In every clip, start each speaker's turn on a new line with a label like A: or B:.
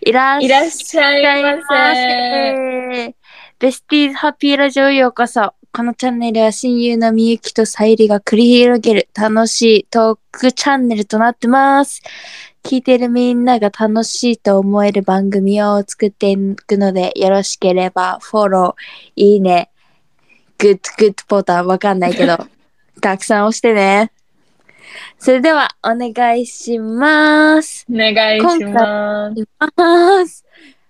A: いらっし
B: い
A: ゃ
B: らっ
A: い
B: しゃいま
A: ま
B: せ。
A: せ。ベスティーズハッピーラジオへようこそ。このチャンネルは親友のみゆきとさゆりが繰り広げる楽しいトークチャンネルとなってます。聞いてるみんなが楽しいと思える番組を作っていくので、よろしければフォロー、いいね、グッドグッドボタンわかんないけど、たくさん押してね。 それではお願いします。
B: お願いします。
A: ます。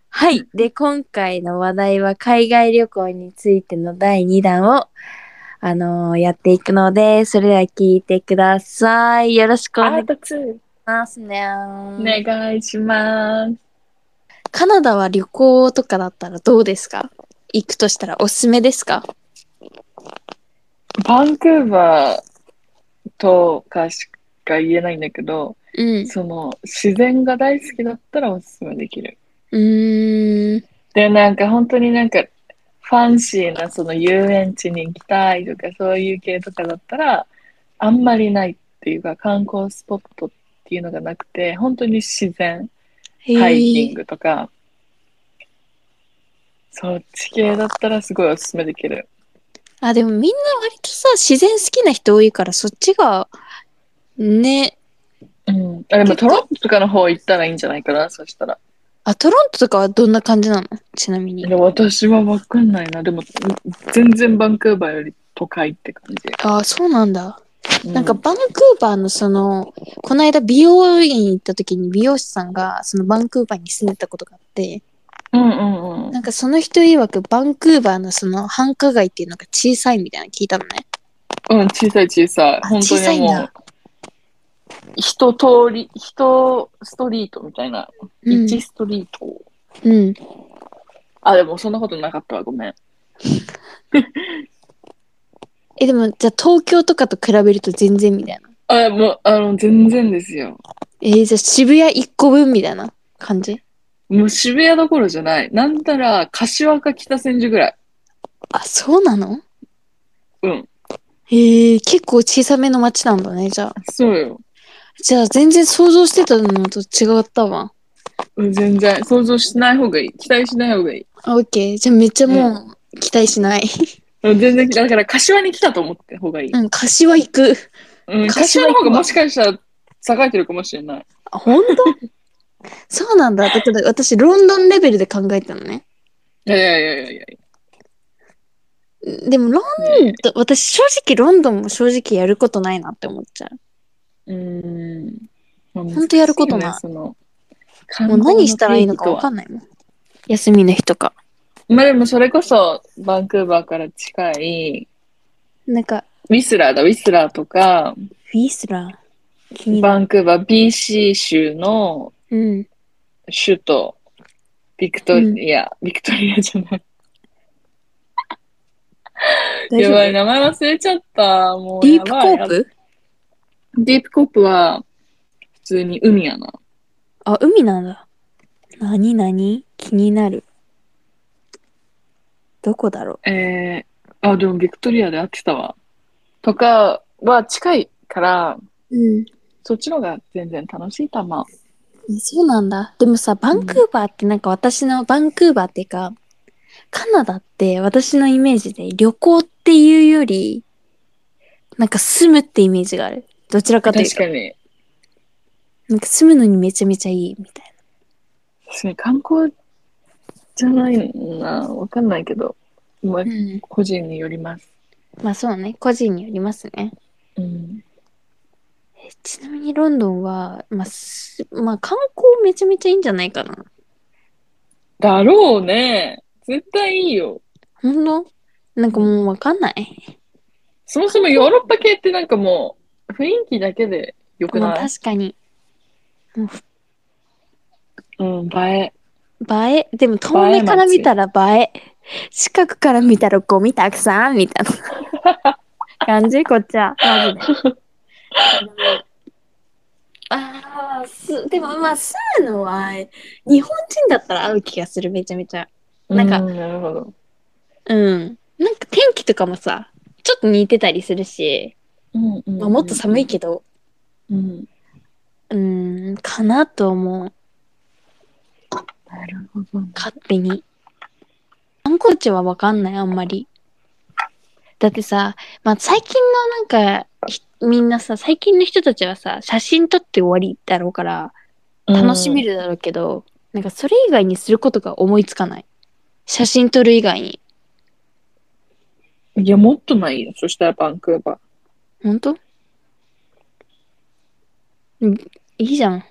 A: はい。で、今回の話題は海外旅行についての第2弾を、あのーやっていくので、それでは聞いてください。よろしくお
B: ア
A: 願い
B: ー
A: し
B: ト2、
A: ますね。
B: お願いします。
A: カナダは旅行とかだったらどうですか行くとしたらおすすめですか
B: バンクーバーとかしか言えないんだけど、
A: うん。
B: その自然が大好きだったらおすすめできる。
A: うーん。
B: で、なんか本当になんかファンシーなその遊園地に行きたいとかそういう系とかだったらあんまりないっていうか観光スポットっていうのがなくて本当に自然、ハイキングとかそっち系だったらすごいおすすめできる。
A: あ、でもみんな割とさ、自然好きな人多いから、そっちが、ね、
B: うん、あでもトロントとかの方行ったらいいんじゃないかなそしたら。
A: あ、トロントとかはどんな感じなのちなみに。
B: で私は分かんないな。でも、全然バンクーバーより都会って感
A: ああ、そうなんだ。
B: じ。
A: なんかバンクーバーのその、この間美容院行った時に美容師さんがそのバンクーバーに住んでたことがあって、
B: うん、うんうんうん。
A: なんかその人曰くバンクーバーのその繁華街っていうのが小さいみたいなの聞いたのね。
B: うん、小さい小さい。
A: あ
B: 本当に
A: 小
B: も
A: さいん
B: う、一通り、一ストリートみたいな。
A: うん。
B: 一ストリート。
A: うん、
B: あ、でもそんなことなかったわ。ごめん。
A: え、でもじゃあ東京とかと比べると全然みたいな。
B: あ、もう、あの、全然ですよ。
A: えーじゃあ渋谷1個分みたいな感じ
B: もう渋谷どころじゃない。なんたら、柏か北千住ぐらい。
A: あ、そうなの
B: うん。
A: えー、結構小さめの街なんだね、じゃあ。
B: そうよ。
A: じゃあ全然想像してたのと違ったわ。
B: うん全然。想像しない方がいい。期待しない方がいい。
A: オッケー。じゃあめっちゃもう期待しない。
B: うん全然、だから、柏に来たと思って方がいい。
A: うん、柏行く。
B: うん、
A: 柏
B: 柏
A: の
B: の
A: 方が
B: 方が
A: も
B: もしかしたら栄えてるかもしれない。
A: あ、本当 そうなんだ。だけど私、ロンドンレベルで考えたのね。
B: いやいやいやいやい
A: でも、ロンドン、私、正直、ロンドンも正直やることないなって思っちゃ
B: や。うん。
A: ほんとやることない
B: 難しよね。その
A: う。もう何したらいいのかわか
B: ん
A: んないもん。休みの日とか。
B: ない。まあでもそれこそバンクーバーから近い
A: なんか、
B: ウィスラーだ、ウィスラーとか、
A: フィースラー。気になる
B: バンクーバー BC 州の
A: うん。
B: 首都、ビクトリア、ビクトリアじゃない。
A: 大
B: や
A: 丈
B: ばい、
A: 夫
B: 名前忘れちゃった。もう
A: ディー
B: や
A: プコ
B: ばい
A: ープ
B: ディープコープは普通に海やな。
A: あ、海なんだ。なになに気になる。どこだろう
B: えー、あ、でもビクトリアで会ってたわ。とかは近いから、
A: うん、
B: そっちの方が全然楽しいかも。
A: そうなんだ。でもさ、バンクーバーってなんか私のバンクーバーっていうか、カナダって私のイメージで旅行っていうより、なんか住むってイメージがある。どちらかという
B: 確
A: と。
B: かに。
A: なんか住むのにめちゃめちゃいいみたい
B: 確かに観光じゃないな。わかんないけど、まあ
A: な。うん。
B: 個人によります。
A: まあそうね。個人によりますね。
B: うん。
A: えちなみにロンドンは、まあ、すまあ観光めちゃめちゃいいんじゃないかな。
B: だろうね。絶対いいよ。
A: ほんのなんかもうわかんない。
B: そもそもヨーロッパ系ってなんかもう、雰囲気だけでよく
A: まあ
B: ない
A: 確かに。
B: うん、映え。
A: 映えでも遠目から見たら映え近くから見たらゴミたくさんみたいな感じこっちはマジで あーすでもまあ住むのは日本人だったら合う気がするめちゃめちゃなんか
B: うなるほど。
A: うんなんか天気とかもさちょっと似てたりするし、
B: うんうん
A: まあ、もっと寒いけど
B: うん。
A: うんかなと思う
B: なるほど、ね。
A: 勝手に観光地は分かんないあんまりだってさ、まあ、最近のなんかひみんなさ最近の人たちはさ写真撮って終わりだろうから楽しめ
B: る。
A: るだろうけど、なんかそれ以外にすることが思いつかない写真撮る以外に
B: いや、もっとないよ。そしたらバンクーバー。
A: 本当うんいいじゃん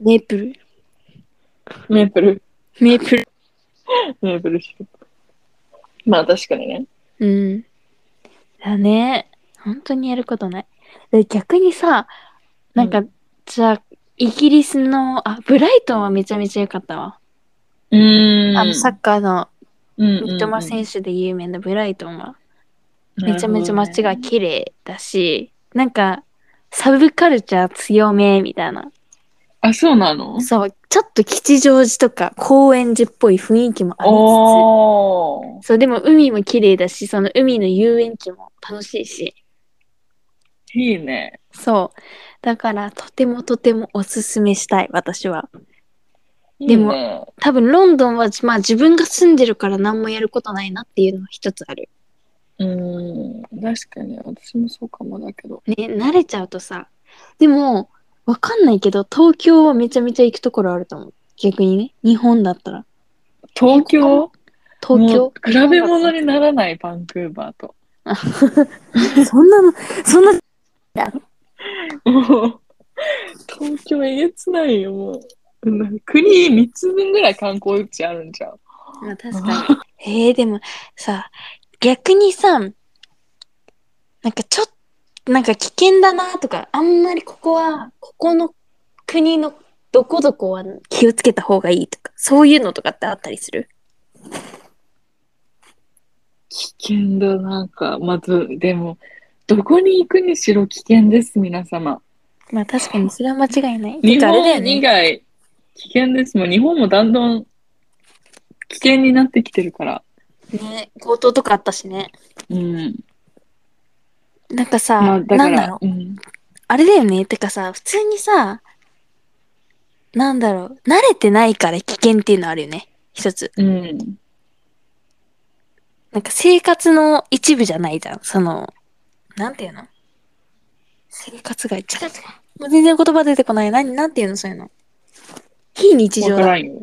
A: メープル
B: メープル、
A: メープル
B: メープルシロップ。まあ確かにね。
A: うんだね本当にやることないで逆にさなんか、
B: う
A: じゃあイギリスのあブライトンはめちゃめちゃ良かったわ、
B: うん
A: あのサッカーの三笘
B: 手、
A: 選手で有名なブライトンはめちゃめちゃ街が綺麗だし、なんかサブカルチャー強めみたいな
B: あ、そうなの
A: そうちょっと吉祥寺とか高円寺っぽい雰囲気もあり
B: お
A: つつそうでも海も綺麗だしその海の遊園地も楽しいし
B: ーいいね。
A: そうだからとてもとてもおすすめしたい私はい
B: い
A: で
B: ね
A: も、多分ロンドンは、まあ、自分が住んでるから何もやることないなっていうのが一つある
B: うん、確かに、私もそうかもだけど。
A: ね慣れちゃうとさでもわかんないけど東京はめちゃめちゃ行くところあると思う逆にね日本だったら
B: 東京
A: 東京
B: もう比べ物にならないバンクーバーと。
A: そんな のそんな
B: もう 東京えげつないよ、もう。なんか国3つ分ぐらい観光地あるんじゃん。
A: まあ確か に。えー、でもさ、逆にさ、なんかちょっと、なんか危険だなとか、あんまりここは、ここの国のどこどこは気をつけた方がいいとか、そういうのとかってあったりする
B: 危険だ、なんか、まず、でも、どこに行くにしろ危険です、皆様。
A: まあ確かにそれは間違いない。
B: 日
A: てかあれだよ
B: 本
A: ね。
B: 以外、危険ですもん。日本もだんだん危険になってきてるから。
A: ね強盗とかあったしね。
B: うん。
A: なんかさ、
B: まあ、だか
A: なんだろ
B: ら
A: う、。
B: うん、
A: あれだよね。てかさ、普通にさ、なんだろう、慣れてないから危険っていうのあるよね。一つ。
B: うん。
A: なんか生活の一部じゃないじゃん。その、なんていうの生活外。違う違う。もう全然言葉出てこない。何、なんていうのそういうの。非日
B: わ
A: 常
B: から
A: だ。
B: んよ。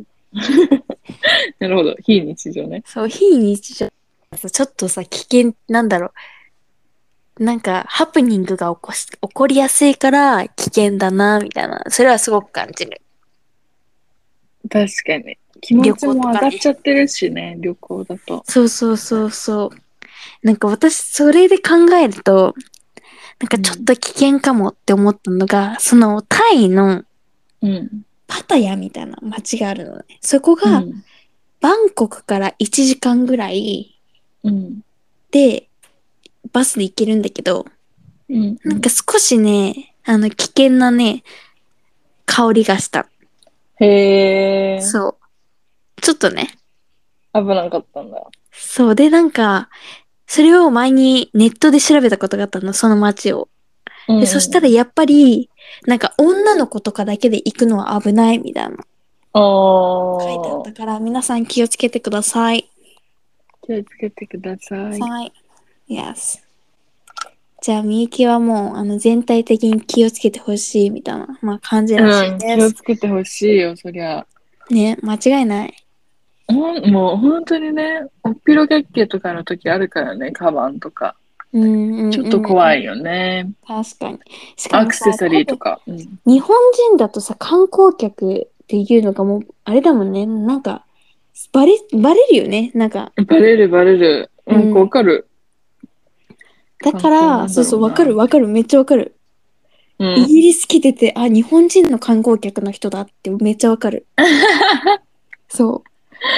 B: なるほど。非日常ね。
A: そう、非日常。ちょっとさ、危険、なんだろう。なんか、ハプニングが起こし、起こりやすいから危険だな、みたいな。それはすごく感じる。
B: 確かに。気持ちも上がっちゃってるしね、旅行だと。
A: そうそうそうそう。なんか私、それで考えると、なんかちょっと危険かもって思ったのが、その、タイの、
B: うん。
A: パタヤみたいな街があるのね。そこ
B: う
A: が、
B: ん
A: バンコクから1時間ぐらい
B: うん。
A: で、バスで行けるんだけど、
B: うん。
A: なんか少しね、あの、危険なね、香りがした。
B: へえ。
A: そう。ちょっとね。
B: 危なかったんだ。
A: そう。で、なんか、それを前にネットで調べたことがあったの、その街を。
B: うんう
A: で、
B: ん
A: そしたら、やっぱり、なんか女の子とかだけで行くのは危ないみたいな
B: あ
A: 書いてあっ
B: ー
A: たから、皆さん気をつけてください。
B: 気をつけてください。
A: はい。Yes. じゃあ、みゆきはもう、あの、全体的に気をつけてほしいみたいな、まあ、感じらしい
B: うん、
A: で
B: 気を
A: す。
B: つけてほしいよ、そりゃ。
A: ね、間違いない。
B: ほんもう本当にね、おっぴろ月経とかの時あるからね、カバンとか。
A: うんうんうん、
B: ちょっと怖い
A: よ。
B: よね。
A: 確かに。し
B: アクセサリーと
A: か
B: か。うん
A: もさ。日本人だとさ、観光客っていうのがもう、あれだもんね、なんか、バレ、バレるよね。なんか、
B: バレるバレる。う
A: うん
B: ん、わかる。
A: だから、
B: 観光なんだろうな
A: そうそう、わかるわかる、めっちゃわかる。
B: う
A: イ
B: ん。
A: ギリス来てて、あ、日本人の観光客の人だってめっちゃわか る。そう。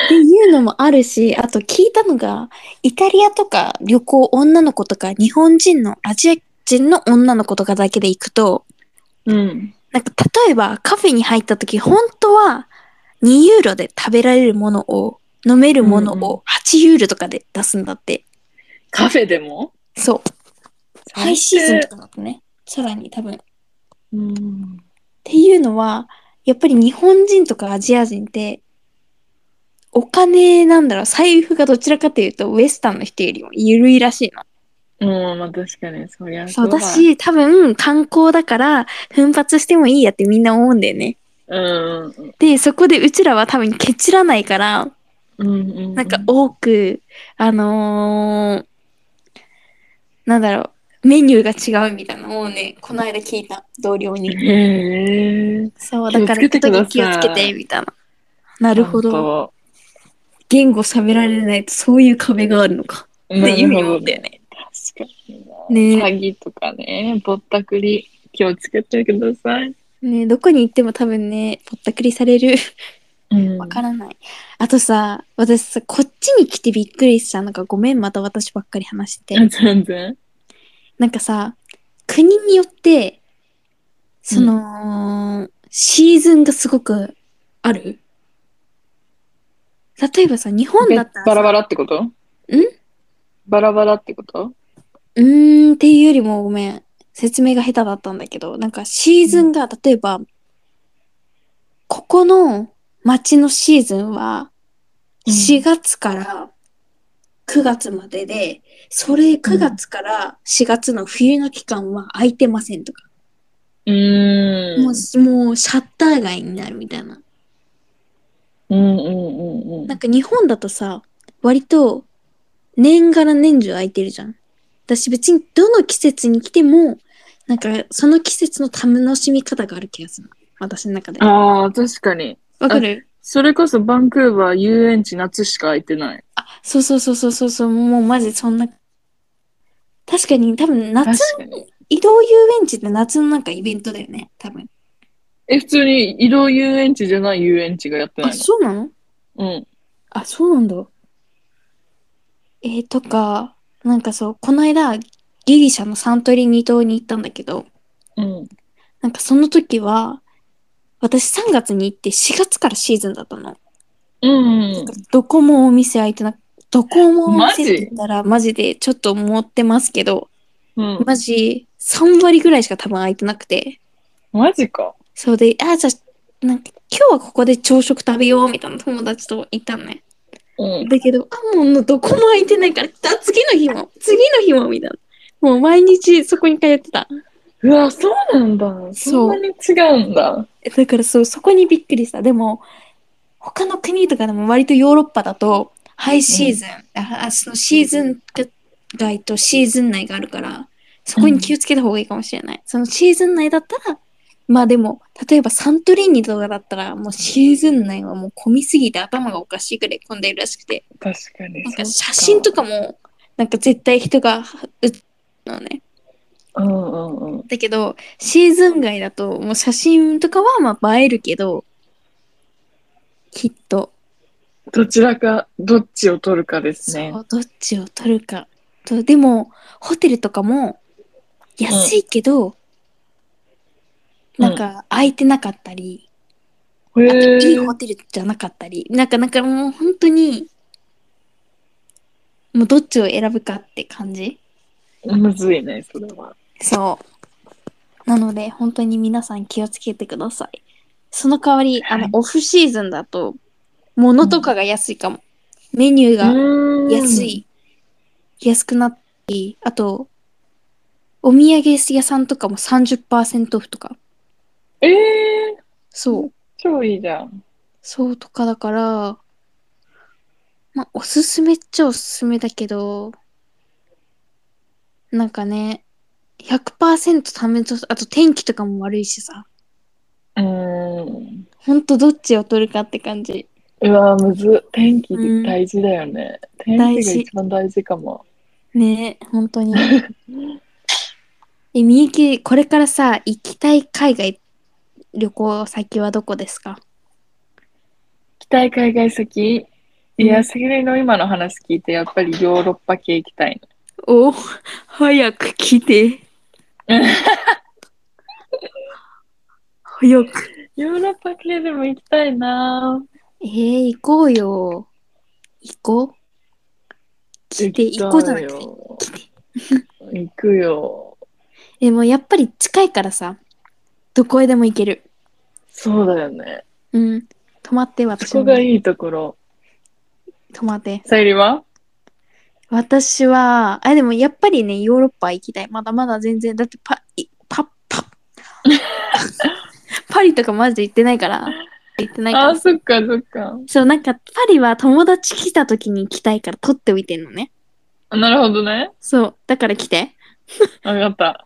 A: っていうのもあるし、あと聞いたのが、イタリアとか旅行女の子とか、日本人のアジア人の女の子とかだけで行くと、
B: うん。
A: なんか例えばカフェに入った時、本当は2ユーロで食べられるものを、飲めるもの
B: うんうん
A: を8ユーロとかで出すんだって。
B: カフェでも
A: そう。ハイシーズンとかだとね、さらに多分。
B: うん。
A: っていうのはやっぱり日本人とかアジア人って、お金なんだろう、財布がどちらかというと、ウエスタンの人よりも緩いらしいの。
B: うん、まあ確かに、そりゃ
A: そう、
B: だ。
A: 私、多分、観光だから、奮発してもいいやってみんな思うんだよね。
B: うん、うん
A: で、そこでうちらは多分、ケチらないから、
B: うん、うん。
A: なんか多く、あのーなんだろう、メニューが違うみたいなのをね、この間聞いた、同僚に。
B: へえ。
A: そう、だから、
B: 気をつけてください
A: 気をつけて、みたいな。なるほ
B: ちゃ
A: ど。
B: んと。
A: 言語喋られないと、そういう壁があるのか。っていうふうに思ったよね。
B: 確かにな。
A: ね
B: 詐欺とかね、ぼったくり、気をつけてください。
A: ねどこに行っても多分ね、ぼったくりされる。
B: うん
A: わからない。あとさ、私さ、こっちに来てびっくりした。なんかごめん、また私ばっかり話してて。
B: 全然。
A: なんかさ、国によって、その、シーズンがすごくある。例えばさ、日本だったらさ
B: バラバラってことんバラバラってこと
A: うーんっていうよりもごめん説明が下手だったんだけどなんかシーズンが、例えばここの町のシーズンは
B: うん
A: 4月から9月までで、それ9月から4月の冬の期間は空いてませんとか、
B: うーん。
A: もうもうシャッター街になるみたいな
B: うんうんうんうん
A: なんか日本だとさ割と年がら年中空いてるじゃん私別にどの季節に来てもなんかその季節の楽しみ方がある気がする私の中でわ
B: ああ、確かに。
A: かる
B: それこそバンクーバー遊園地夏しか空いてない。
A: そうそうそうそうそうそうもうマジそんな確かに多分
B: 確
A: 夏
B: かに。
A: 移動遊園地って夏のなんかイベントだよね多分
B: え、普通に移動遊園地じゃない遊園地がやってな
A: あ
B: いの
A: そうなの
B: うん。
A: あ、そうなんだ。えーとか、なんかそう、この間、ギリシャのサントリーニ島に行ったんだけど、
B: うん。
A: なんかその時は、私3月に行って4月からシーズンだったの。
B: うん。
A: どこもお店開いてなく、どこもお店
B: マジ
A: って言ったらマジでちょっと持ってますけど、
B: うん。
A: マジ3割ぐらいしか多分開いてなくて。
B: マジか。
A: そうで、あ、じゃあ、なんか今日はここで朝食食べようみたいな友達と行ったのね。
B: うん。
A: だけど、あ、もうどこも空いてないから、あ次の日も、次の日も、みたいな。もう毎日そこに通ってた。
B: うわ、そうなんだ。そんなに違うんだ。
A: えだからそう、そこにびっくりした。でも、他の国とかでも割とヨーロッパだと、ハイシーズン、ああそのシーズン外とシーズン内があるから、そこに気をつけた方がいいかもしれない。そのシーズン内だったら、まあでも、例えばサントリーニとかだったら、もうシーズン内はもう混みすぎて頭がおかしいくらい混んでるらしくて、
B: 確かに。
A: なんか写真とか
B: か。
A: も、なんか絶対人が写るのね。
B: うんうんうん。
A: だけど、シーズン外だと、もう写真とかはまあ映えるけど、きっと、
B: どちらか、どっちを取るかですね
A: そ。う、どっちを撮るか。とでも、ホテルとかも、安いけど、
B: うん
A: なんか空いてなかったり、
B: へ
A: あと
B: え。
A: いいホテルじゃなかったり、なんかなんかもう本当に、もうどっちを選ぶかって感じ
B: むずいね、それは。
A: そう。なので、本当に皆さん気をつけてください。その代わり、あ
B: は
A: の
B: い、
A: オフシーズンだと、物とかが安いかも。メニューが
B: うーん
A: 安。い。安くなったり、あと、お土産屋さんとかも30%オフとか。
B: ええ。
A: そう。
B: 超いいじゃん。
A: そうとかだから、まあ、おすすめっちゃおすすめだけど、なんかね、100%ためと、あと天気とかも悪いしさ、
B: うーん。
A: ほんとどっちを取るかって感じ。
B: うわ、むず。天気って大事だよね。天
A: 大
B: 気が
A: 事
B: 一番大事かも。
A: ねえ、ほんとに。え、みゆき、これからさ、行きたい海外旅行先はどこですか
B: 期待海外先い
A: うん
B: や、セグリの今の話聞いて、やっぱりヨーロッパ系行きたい
A: お、早く来て。早く。
B: な。ヨーロッパ系でも行きたいな。
A: えー、行こうよ。行こう。来て、
B: 行
A: 行
B: っ
A: こう
B: た
A: じゃなくて、
B: よ
A: 来て。
B: 行くよ。
A: でもやっぱり近いからさ、どこへでも行ける。
B: そうだよね。
A: うん。泊まって、私
B: そこ
A: も。
B: がいいところ。
A: 泊まって。
B: さゆりは
A: 私は、あ、でもやっぱりね、ヨーロッパ行きたい。まだまだ全然、だってパ、いパ、パ、 パリとかマジで行ってないから。行ってないか
B: あ
A: ら
B: あ、。そっかそっか。
A: そう、なんか、パリは友達来た時に行きたいから取っておいてんのね。
B: あなるほどね。
A: そう、だから来て。
B: わかった。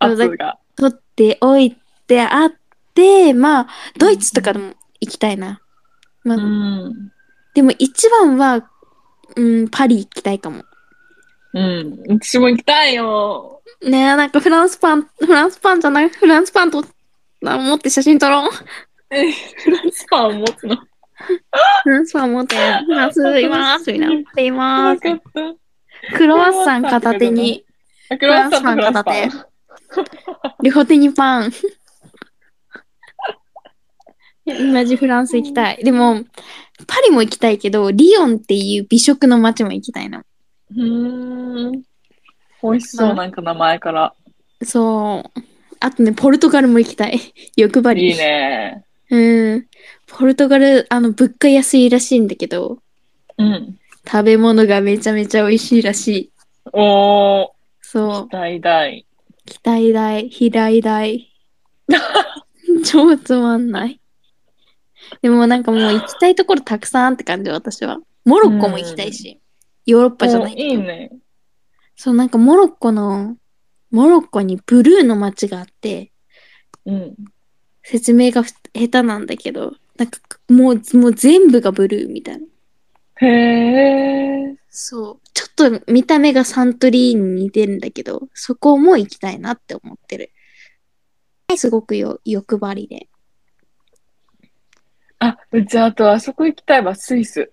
A: そうだ
B: 圧が。
A: 取っておいてあって、まあ、ドイツとかでも行きたいな。まあ、
B: うん。
A: でも一番は、うん、パリ行きたいかも。
B: うん。私も行きたいよ。
A: ねえ、なんかフランスパン、フランスパンじゃない、フランスパンと、な持って写真撮ろう。
B: え、フランスパンを持つの。
A: フランスパン持って、フランスいます、みたいな。パリいま
B: わ
A: す。
B: かった。
A: クロワッサン片手に、
B: あクロワッサンとフランス
A: フラ
B: パ
A: ン
B: ン
A: ス。両手にパン。いや 同じフランス行きたい。でも、パリも行きたいけど、リヨンっていう美食の街も行きたいな。
B: うーん。美味しそう、なんか名前から。
A: そう。あとね、ポルトガルも行きたい。 欲張り。
B: いいね。
A: うん。ポルトガル、あの、物価安いらしいんだけど、
B: うん。
A: 食べ物がめちゃめちゃ美味しいらしい。
B: おー、
A: そう。
B: 大大。
A: 期待大、平井大。 超つまんない。でもなんかもう行きたいところたくさんって感じ、私は。モロッコも行きたいし、ヨーロッパじゃない
B: おいいね。
A: そう、なんかモロッコの、モロッコにブルーの街があって、
B: うん。
A: 説明がふ下手なんだけど、なんかもう、もう全部がブルーみたいな。
B: へえ。
A: そう。ちょっと見た目がサントリーに似てるんだけど、そこも行きたいなって思ってる。すごくよ欲張りで。
B: あ、うちあとあそこ行きたいわ、スイス。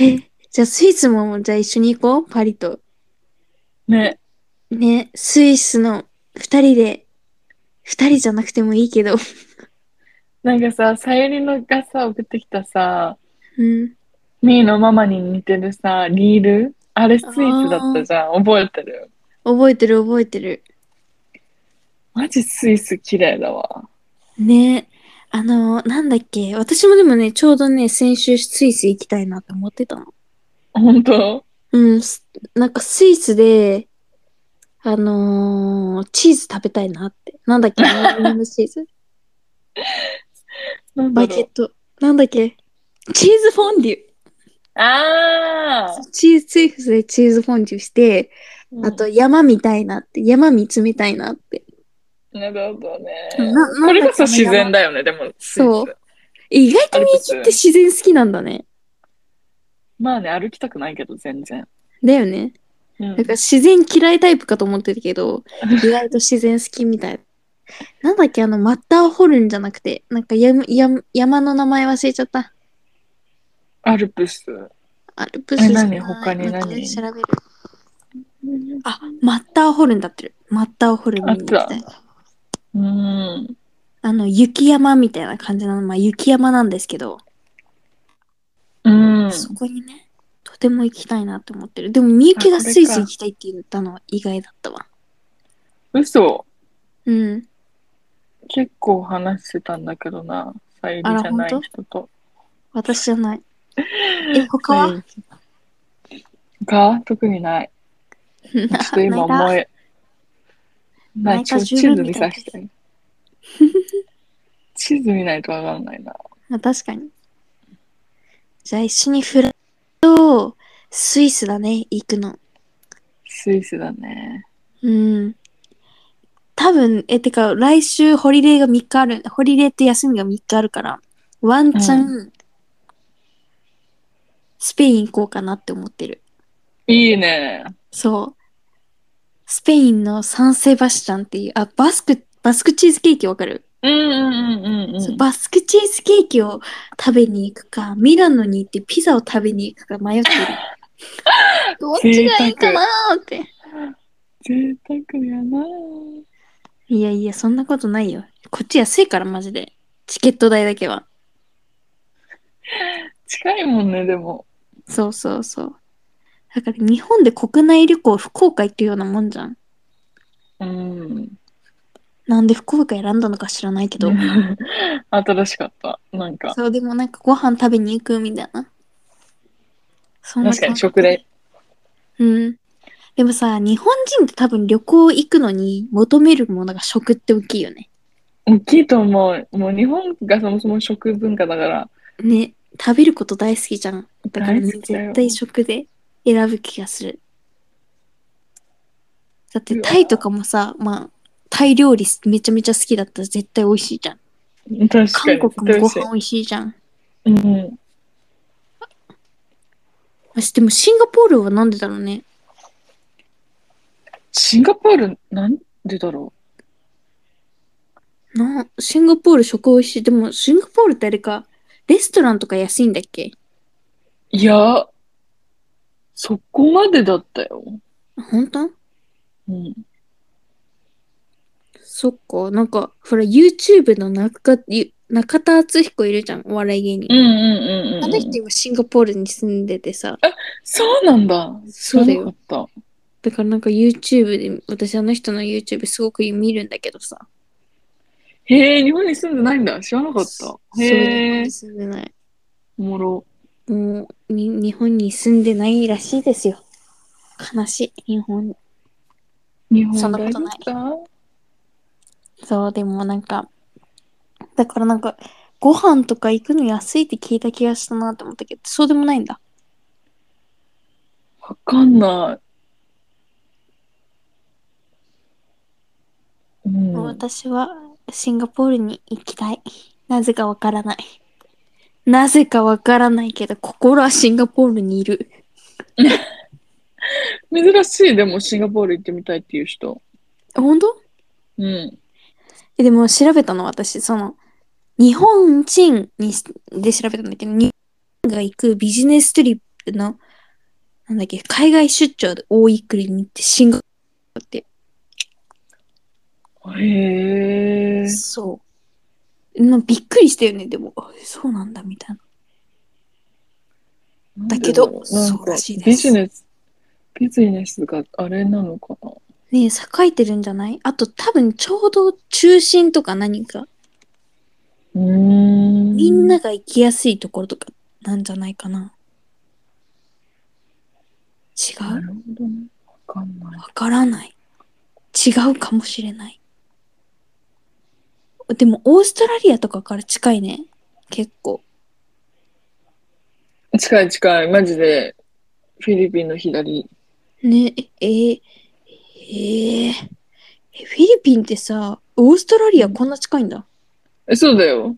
A: え、じゃあスイスもじゃあ一緒に行こう、パリと。
B: ね。
A: ね、スイスの二人で、二人じゃなくてもいいけど。
B: なんかさ、さゆりのがさ、送ってきたさ、
A: うん。
B: みーのママに似てるさ、リールあれスイスだったじゃん。覚えてる
A: 覚えてる覚えてる。
B: マジスイス綺麗だわ。
A: ね。あのなんだっけ。私もでもね、ちょうどね、先週スイス行きたいなって思ってたの。
B: 本当
A: うん、すなんかスイスで、あのーチーズ食べたいなって。なんだっけ何々のチーズ
B: なん
A: バ
B: だろ
A: ケッ
B: う。
A: ト。なんだっけチーズフォンデュ。
B: あ
A: チーズ、スイスでチーズフォンデュして、
B: ー
A: あと、山見たいなって、山見つめたいなって。
B: なるほどね。
A: ななんだ
B: これこそ自然だよね、でも。スイス
A: そう意外とみゆきって自然好きなんだね。
B: まあね、歩きたくないけど、全然。
A: だよね。
B: う
A: な
B: ん
A: んか自然嫌いタイプかと思ってるけど、意外と自然好きみたい。なんだっけ、あの、マッターホルンじゃなくて、なんかやむやむ山の名前忘れちゃった。
B: アルプス。
A: アルプスじゃない。
B: え何他に何
A: 待って調べる。あ、マッターホルンだってる。マッターホルン見に行きたい。
B: うん。
A: あの、雪山みたいな感じなの。まあ、雪山なんですけど、
B: うん。
A: そこにね、とても行きたいなって思ってる。でも、みゆきがスイス行きたいって言ったのは意外だったわ。
B: 嘘。
A: うん。
B: 結構話してたんだけどな。さゆりじゃない人と。
A: 私じゃない。え、他は、
B: うんが特にない。ちょっと今思
A: え。
B: え。な、
A: ないい
B: ち
A: か
B: ょっと地図見させて。 地図見ないとわかんないな。
A: まあ、確かに。じゃあ一緒にフランスとスイスだね、行くの。
B: スイスだね。
A: うん。多分、え、てか、来週ホリデーが3日ある、ホリデーって休みが3日あるから、ワンチャン、スペイン行こうかなって思ってる。
B: いいね。
A: そう。スペインのサンセバスチャンっていう、あ、バスク、バスクチーズケーキわかる
B: うんうんうんうんう。
A: そうんバスクチーズケーキを食べに行くか、ミラノに行ってピザを食べに行くか迷ってる。 どっちがいいかなーって。
B: 贅沢やない
A: やいや、そんなことないよ。こっち安いから、マジで。チケット代だけは。
B: 近いもんね、でも。
A: そうそうそう。だから日本で国内旅行、福岡行くようなもんじゃん。
B: うん。
A: なんで福岡選んだのか知らないけど
B: 新しかった。なんか、
A: そうでもなんかご飯食べに行くみたいなそんな
B: 確かに食で。
A: うんでもさ日本人って多分旅行行くのに求めるものが食って大きいよね
B: 大きいと思う。もう日本がそもそも食文化だから、
A: ね食べること大好きじゃんだから、
B: 大
A: ね、
B: 好きだよ
A: 絶。対食で選ぶ気がするだって
B: うわ
A: タイとかもさまあタイ料理めちゃめちゃ好きだったら絶対美味しいじゃん
B: 確かに。
A: 韓国もご
B: 絶対
A: 飯美味しいじゃん
B: 美味しいうん。
A: まあでもシンガポールはなんでだろうね
B: シンガポール、なんでだろ
A: なシンガポール食美味しい。でも、シンガポールってあれか、レストランとか安いんだっけ
B: う。いや、そこまでだったよ。
A: あ本当
B: うん。
A: そっか。なんか、ほら、YouTube の中ゆ中田敦彦いるじゃん、お笑い芸
B: うん
A: 人。
B: うんうんうん。
A: あの人今シンガポールに住んでてさ。
B: そうなんだ。
A: そうだ
B: 知らな
A: よ。
B: かっ
A: だからなんか YouTube で、私あの人の YouTube すごく見るんだけどさ。
B: た。へえ、日本に住んでないんだ。知らなかった
A: そ。う
B: へえ、
A: 住んでない。
B: おもろ。
A: もうに、日本に住んでないらしいですよ。悲しい、日本
B: 日本
A: そんなことない
B: 大丈夫か
A: そう、でもなんか、だからなんか、ご飯とか行くの安いって聞いた気がしたなと思ったけど、そうでもないんだ。
B: わかんない。うん。
A: 私はシンガポールに行きたい。なぜかわからない。なぜかわからないけど、心はシンガポールにいる。
B: 珍しい、でもシンガポール行ってみたいっていう人。
A: え本当
B: うん。
A: え、でも調べたの私、その、日本人にしで調べたんだけど、日本が行くビジネストリップの、なんだっけ、海外出張で多い国に行ってシンガポールって
B: へえ。
A: そう。なびっくりしたよね、でも。あそうなんだ、みたいな。だけど
B: なんか
A: そうらしいです
B: ビジネス、ビジネスがあれなのかな。
A: ねえ、栄えてるんじゃないあと多分ちょうど中心とか何か、
B: うーん。
A: みんなが行きやすいところとかなんじゃないかな。違
B: な
A: う
B: るほどね。わかんない。
A: わからない。違うかもしれない。でも、オーストラリアとかから近いね。結構。
B: 近い近い、マジで、フィリピンの左。
A: ねえ、えー、えー、えフィリピンってさ、オーストラリアこんな近いんだ。
B: え、そうだよ。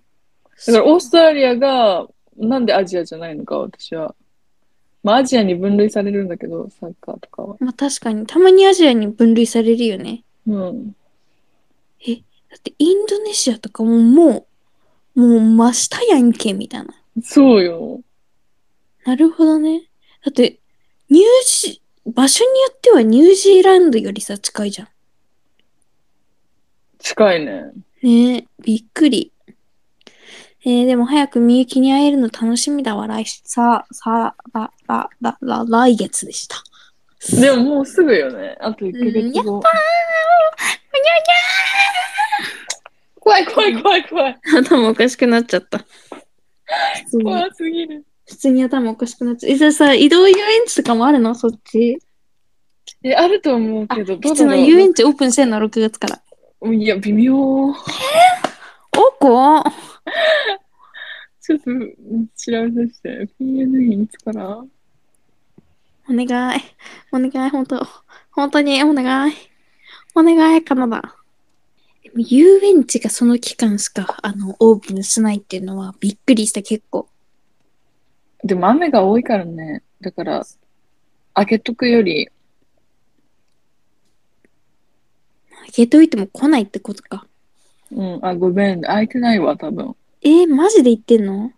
B: だからオーストラリアが、なんでアジアじゃないのか、私は。まあ、アジアに分類されるんだけど、サッカーとかは。
A: まあ確かに、たまにアジアに分類されるよね。
B: うん。
A: だってインドネシアとかももう、もう真下やんけ、みたいな。
B: そうよ。
A: なるほどね。だって、ニュージー、場所によってはニュージーランドよりさ、近いじゃん。
B: 近いね。
A: ねえ、びっくり。えー、でも早くみゆきに会えるの楽しみだわ。来週、さあ、さあ、ら、ら、ら、来月でした。
B: でももうすぐよね。あと1ヶ
A: うんや
B: 月
A: っ
B: 後。怖い怖い怖い怖い。
A: 頭おかしくなっちゃ った。普通に
B: 怖すぎる。
A: 普通に頭おかしくなっちゃった。え、じゃあさ、移動遊園地とかもあるのそっち。
B: え、あると思う
A: あ、
B: けど、
A: 普
B: どうだ
A: 通
B: ろ
A: の
B: う
A: 遊園地オープンしてんの、6月から。
B: うんいや、微妙。
A: おこ
B: ちょっと、調べさせて。PNE いつから
A: お願い。お願い、本当本当に、お願い。お願い、カナダ。でも遊園地がその期間しか、あの、オープンしないっていうのは、びっくりした、結構。
B: でも雨が多いからね。だから、開けとくより、
A: 開けといても来ないってことか。
B: うん、あ、ごめん、開いてないわ、多分。
A: えー、マジで言ってんの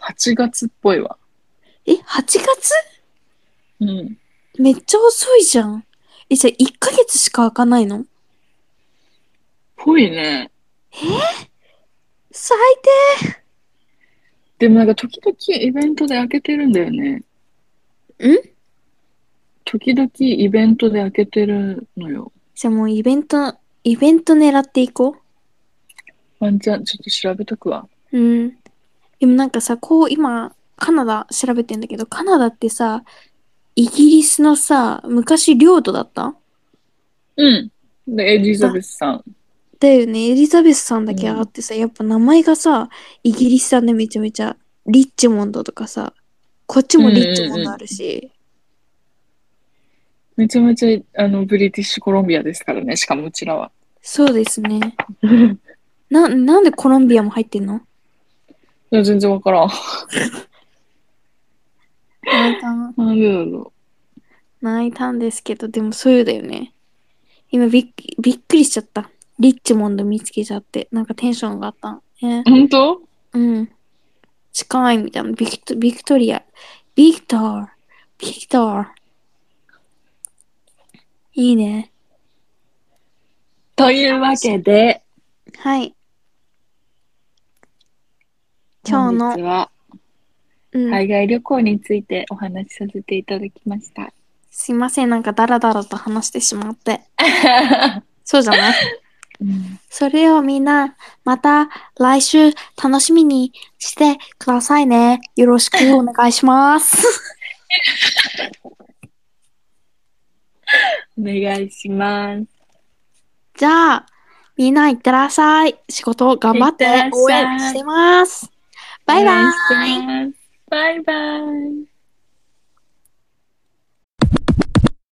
B: 8月っぽいわ。
A: え、8月
B: うん。
A: めっちゃ遅いじゃん。え、じゃあ1ヶ月しか開かないの
B: ぽいね。
A: 最
B: でもなんか時々イベントで開けてるんだよね。
A: ん
B: 時々イベントで開けてるのよ。
A: 低じゃあもうイベント、イベント狙っていこ
B: ワンチャン、ちょっと調べとくわ。
A: う。うん。でもなんかさ、こう今、カナダ調べてんだけど、カナダってさ、イギリスのさ、昔領土だった
B: うん。で、エリザベスさん。
A: だよね、エリザベスさんだけ
B: うん
A: あってさ、やっぱ名前がさ、イギリスさんでめちゃめちゃ、リッチモンドとかさ、こっちもリッチモンドあるし、
B: めちゃめちゃ、あの、ブリティッシュコロンビアですからね。しかもうちら は。
A: そうですね。な、なんでコロンビアも入ってんの
B: いや、全然わからん。
A: 泣いたん、
B: なんでだろ
A: 泣いたんですけど、でもそういうだよね。今びっくりびっくりしちゃった。リッチモンド見つけちゃって、なんかテンションがあったのね
B: う。。本当
A: うん。近いみたいな。ビクト、ビクトリア。ビクトー。ビクトー。いいね。
B: というわけで、
A: はい。今日の
B: 本日は
A: うん。
B: 海外旅行についてお話しさせていただきました。
A: すいません。なんかダラダラと話してしまって。そうじゃない
B: うん
A: それをみんな、また来週楽しみにしてくださいね。よろしくお願いします。
B: お願いします。
A: じゃあ、みんないってらっしゃい。仕事頑張っ
B: いってらっしゃ
A: て
B: い
A: 応援してます。バイバイ。
B: イ。バイバイ。